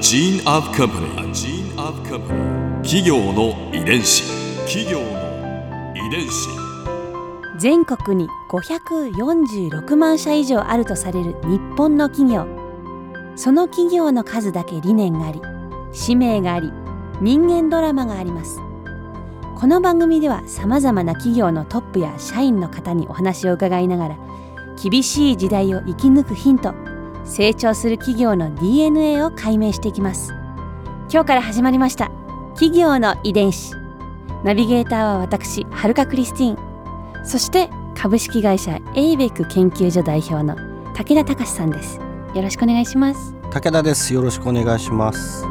gene of company. A gene of company. 企業の遺伝子。企業の遺伝子。全国に546万社以上あるとされる日本の企業その企業の数だけ理念があり使命があり人間ドラマがありますこの番組ではさまざまな企業のトップや社員の方にお話を伺いながら厳しい時代を生き抜くヒント成長する企業の DNA を解明していきます今日から始まりました企業の遺伝子ナビゲーターは私はるかクリスティーンそして株式会社エイベック研究所代表の武田隆さんです。よろしくお願いします。武田です。よろしくお願いします。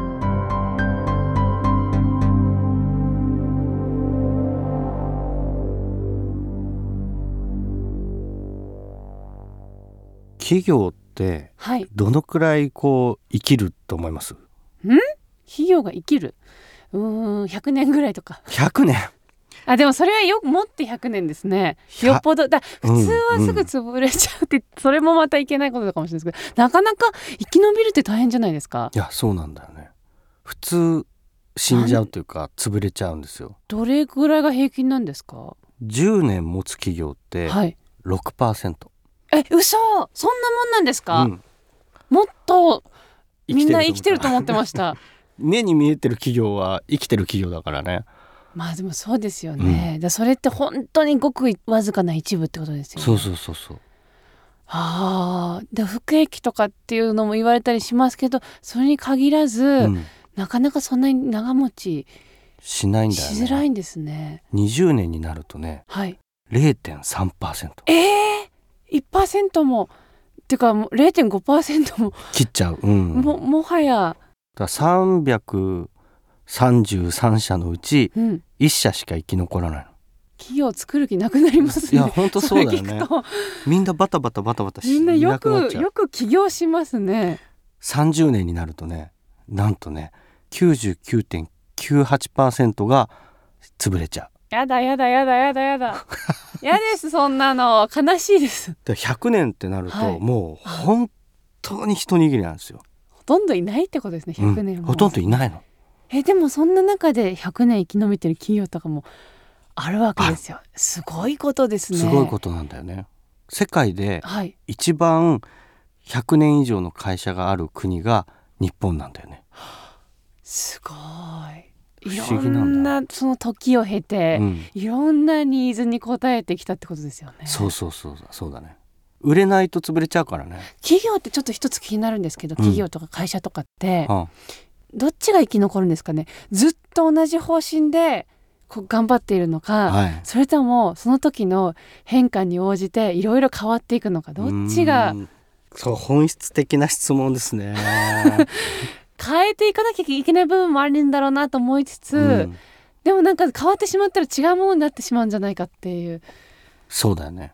企業ってはい、どのくらいこう生きると思います企業が生きる。うーん、100年ぐらいとか。 ?100 年あ、でもそれはよく持って100年ですね。ひゃよっぽどだ。うん普通はすぐ潰れちゃうって、それもまたいけないことかもしれないですけど、なかなか生き延びるって大変じゃないですか。いやそうなんだよね。普通死んじゃうというか潰れちゃうんですよ。どれぐらいが平均なんですか。 10年持つ企業ってはい。 6%。え、嘘。そんなもんなんですか。うんもっと生きてると思ったみんな生きてると思ってました。目に見えてる企業は生きてる企業だからね。まあでもそうですよね。だそれって本当にごくわずかな一部ってことですよね。そうそうそうそう。ああ、で服役とかっていうのも言われたりしますけど、それに限らず、うんなかなかそんなに長持ちしないんだよね。しづらいんですね。 20年になるとね、はい。 0.3%ええー、1%もっていうかもう0.5%も、切っちゃう。うん。ももはや、だから333社のうちうん、 1社しか生き残らないの。企業を作る気なくなりますいね。や本当そうだよれね聞く。とみんなバタバタバタバタしみんなよなくなっくちゃう。よく起業しますね。 30年になるとね、なんとね、99.98%が潰れちゃう。やだやだやだやだ やだ。やですそんなの悲しいです。だから100年ってなると、はいもう本当に一握りなんですよ。ほとんどいないってことですね。100う年ん、も。ほとんどいないの。えでもそんな中で100年生き延びてる企業とかもあるわけですよすごいことですねすごいことなんだよね。世界ではい一番100年以上の会社がある国が日本なんだよね。すごいい不ろ思議なんんだなその時を経て、うん、いろんなニーズに応えてきたってことですよねそうそうそうそうだね。売れないと潰れちゃうからね。企業ってちょっと一つ気になるんですけどん企業とか会社とかって、うん、どっちが生き残るんですかねずっと同じ方針でこう頑張っているのか、はい。それともその時の変化に応じていろいろ変わっていくのかどっちがうんそう本質的な質問です ね。変えていかなきゃいけない部分もあるんだろうなと思いつつ、うん、でもなんか変わってしまったら違うものになってしまうんじゃないかっていうそうだよね。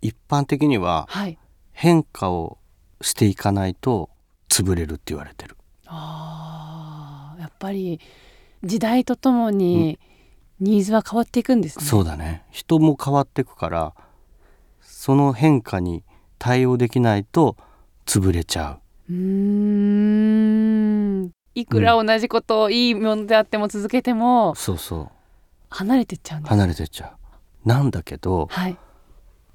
一般的にははい変化をしていかないと潰れるって言われてる。あーやっぱり時代とともにニーズは変わっていくんですね、そうだね人も変わってくからその変化に対応できないと潰れちゃうーんいくら同じことをいいものであっても続けてもうそうそ離れてっちゃうんうです、離れてっちゃうなんだけどはい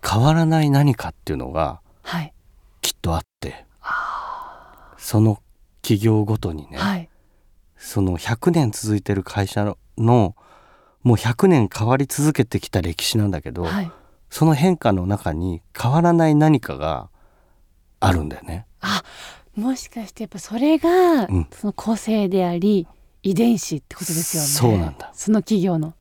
変わらない何かっていうのがはいきっとあってその企業ごとにね、はいその100年続いてる会社のもう100年変わり続けてきた歴史なんだけど、はいその変化の中に変わらない何かがあるんだよね。もしかしてやっぱそれうが、んその個性であり遺伝子ってことですよねそうなんだその企業の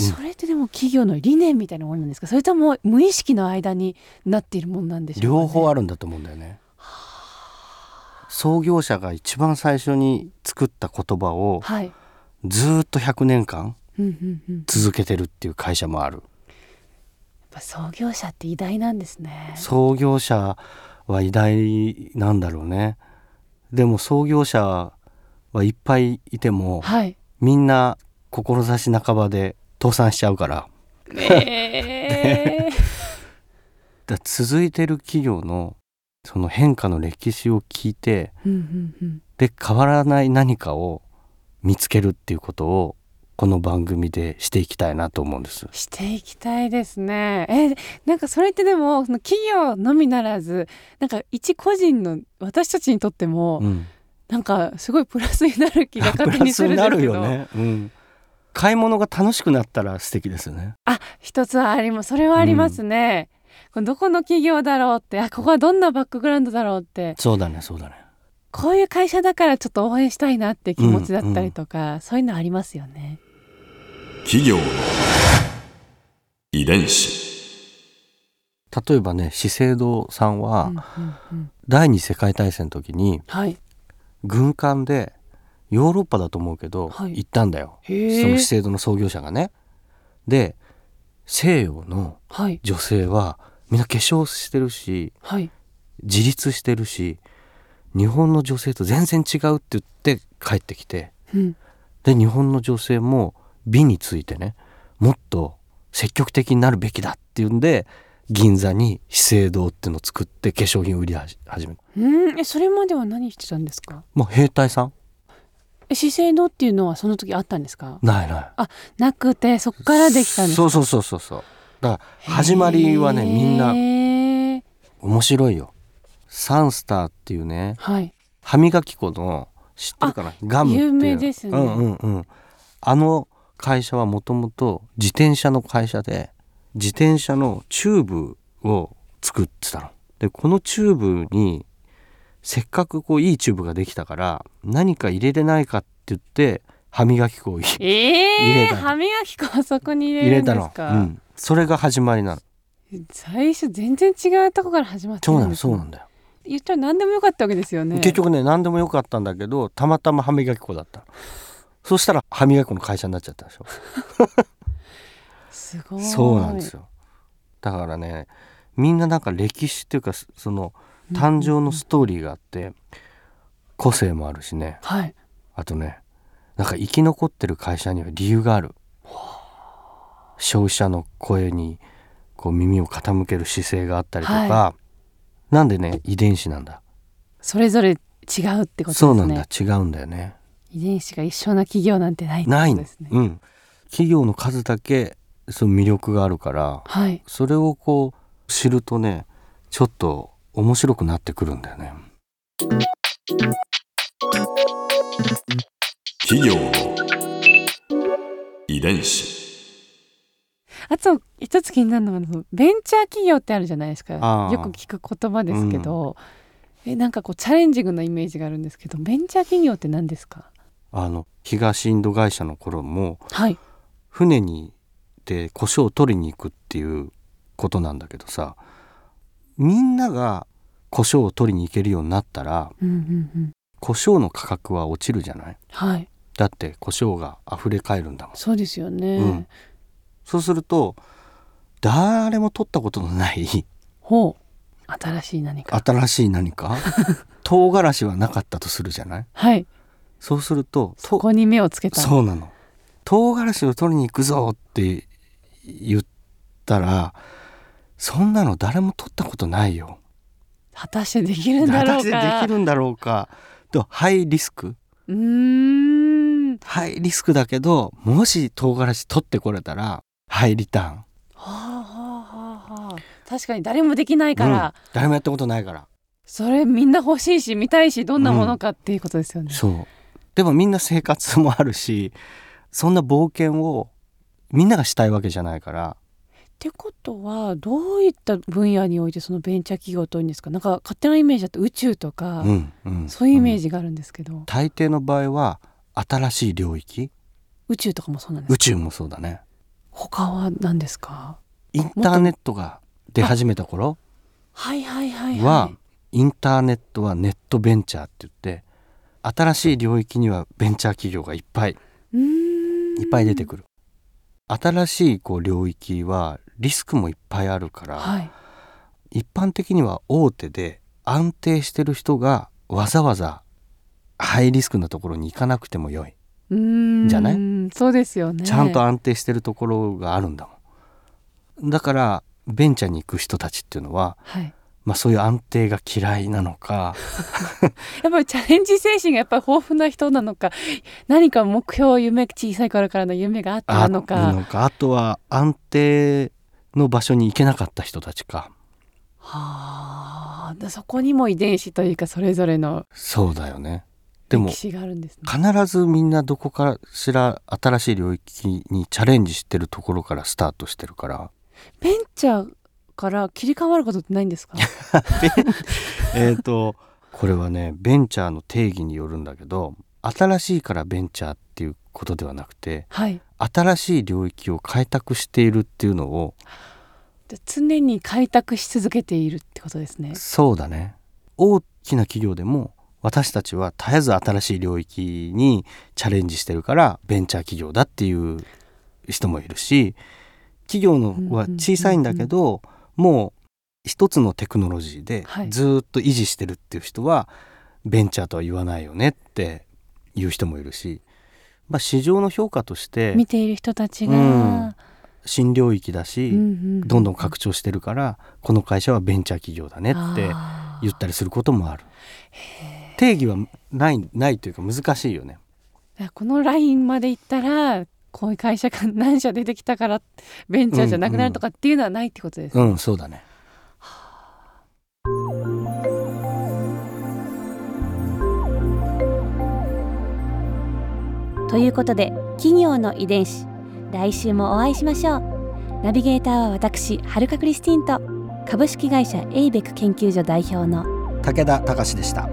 うんそれってでも企業の理念みたいなものなんですかそれとも無意識の間になっているものなんでしょうか、ね、両方あるるんだと思うんだよね。創業者が一番最初に作った言葉をはい、ずーっと100年間うんうんうん、やっ続けてるっていう会社もある。ぱ創業者って偉大なんですね創業者は偉大なんだろうね。でも創業者はいっぱいいてもはいみんな志半ばで倒産しちゃうから。ええだから続いてる企業のその変化の歴史を聞いて うんうんうんで変わらない何かを見つけるっていうことをこの番組でしていきたいなと思うんです。していきたいですね。え、なんかそれってでもその企業のみならず、なんか一個人の私たちにとっても、うん、なんかすごいプラスになる気が勝プ手ラにすスるんにでなす けど。るよね。うん、買い物が楽しくなったら素敵ですよね。あ、一つはあります。それはありますね。これどこの企業だろうって、あ、ここはどんなバックグラウンドだろうって、そうだね、そうだね。こういう会社だからちょっと応援したいなって気持ちだったりとか、そういうのありますよね。企業の遺伝子例えばね、資生堂さんは、うんうんうん第二次世界大戦の時にはい。軍艦でヨーロッパだと思うけど、はい行ったんだよ。そへのえ資。生堂の創業者がね。で、西洋のはい女性はみんな化粧してるし、はい。自立してるし、日本の女性と全然違うって言って帰ってきて、うん。で日本の女性も美についてねもっと積極的になるべきだっていうんで銀座に資生堂っていうのを作って化粧品を売り始めた、うん、え、それまでは何してたんですか。まあ、兵隊さんえ資生堂っていうのはその時あったんですか。ないななくて、そこからいできたんですそか。うそうそうそうそうだから始まりはねみんなへえ面白いよサンスターっていうねはい。歯磨き粉の知ってるかなガムっていう有名ですねうんうんうんあの会社はもともと自転車の会社で自転車のチューブを作ってたのでこのチューブにせっかくこういいチューブができたから何か入れれないかって言って歯磨き粉を入ええ入れたの歯磨き粉をそこに入れれるんたですの、うか。ん、それが始まりなの最初全然違うとこから始まってそうなのですそうなんだよ、言ったら何でもよかったわけですよね結局ね何でもよかったんだけどたまたま歯磨き粉だったのそしたら歯磨き粉の会社になっちゃったでしょすごいそうなんですよだからねみんななんか歴史っていうかそその誕生のストーリーがあって、個性もあるしねはいあとねなんか生き残ってる会社には理由がある消費者の声にこう耳を傾ける姿勢があったりとか、はなんでね遺伝子なんだそれぞれ違うってことですねそうなんだ違うんだよね遺伝子が一緒な企業なんてないってこないとのですねうん、企業の数だけその魅力があるからはいそれをこう知るとねちょっと面白くなってくるんだよね企業の遺伝子あと一つ気になるのはあのベンチャー企業ってあるじゃないですかあーよく聞く言葉ですけど、えなんかこうチャレンジングなイメージがあるんですけどベンチャー企業って何ですかあの東インド会社の頃もはい船にで胡椒を取りに行くっていうことなんだけどさみんなが胡椒を取りに行けるようになったらうんうんうん胡椒の価格は落ちるじゃないはいだって胡椒が溢れ返るんだもんそうですよね、うんそうすると誰も取ったことのないほう新しい何か新しい何 か唐辛子はなかったとするじゃないはいそうするとそこに目をつけたそうなの唐辛子を取りに行くぞって言ったらそんなの誰も取ったことないよ果たしてできるんだ果たろうしてかできるんだろうかとハイリスクうーんハイリスクだけどもし唐辛子取ってこれたらハイリタはあはあはあはあ確かに誰もできないーかン、ら、うん誰もやったことないからそれみんな欲しいし見たいしどんなものかっていうことですよね、そうでもみんな生活もあるしそんな冒険をみんながしたいわけじゃないからってことはどういった分野においてそのベンチャー企業というんですかなんか勝手なイメージだと宇宙とか、うんうんそういうイメージジがあるんですけど、大抵の場合は新しい領域宇宙とかもそうなんです宇か宙もそうだね他は何ですかインターネットが出始めた頃はいはいはいはいはインターネットはネットベンチャーって言って新しい領域にはベンチャー企業がいっぱいうーんいっぱい出てくる新しいこう領域はリスクもいっぱいあるからはい一般的には大手で安定してる人がわざわざハイリスクなところに行かなくてもよい、うーんじゃないそうですよねちゃんと安定してるところがあるんだもんだからベンチャーに行く人たちっていうのははいまあ、そういう安定が嫌いなの かやっぱりチャレンジ精神がやっぱり豊富な人なのか何か目標夢小さい頃からの夢があったあのいいかのかあとは安定の場所に行けなかった人たちかはあそこにも遺伝子というかそれぞれのそうだよねでも歴史があるんですね。必ずみんなどこかしら新しい領域にチャレンジしてるところからスタートしてる からベンチャーから切り替わることってないんです かえっとこれはねベンチャーの定義によるんだけど新しいからベンチャーっていうことではなくてはい新しい領域を開拓しているっていうのをじゃあ常に開拓し続けているってことですね。そうだね大きな企業でも私たちは絶えず新しい領域にチャレンジしてるからベンチャー企業だっていう人もいるし企業のは小さいんだけど、もう一つのテクノロジーではいずーっと維持してるっていう人は、ベンチャーとは言わないよねっていう人もいるし、まあ、市場の評価として見ている人たちが、うん新領域だし、どんどんく拡張してるからこの会社はベンチャー企業だねって言ったりすることもある定義はないないというか難しいよねこのラインまで行ったらこういう会社が何社出てきたからベンチャーじゃなくなるとかっていうのはないってことですね。うんそうだねということで企業の遺伝子来週もお会いしましょうナビゲーターは私はるかクリスティンと株式会社エイベック研究所代表の武田隆でした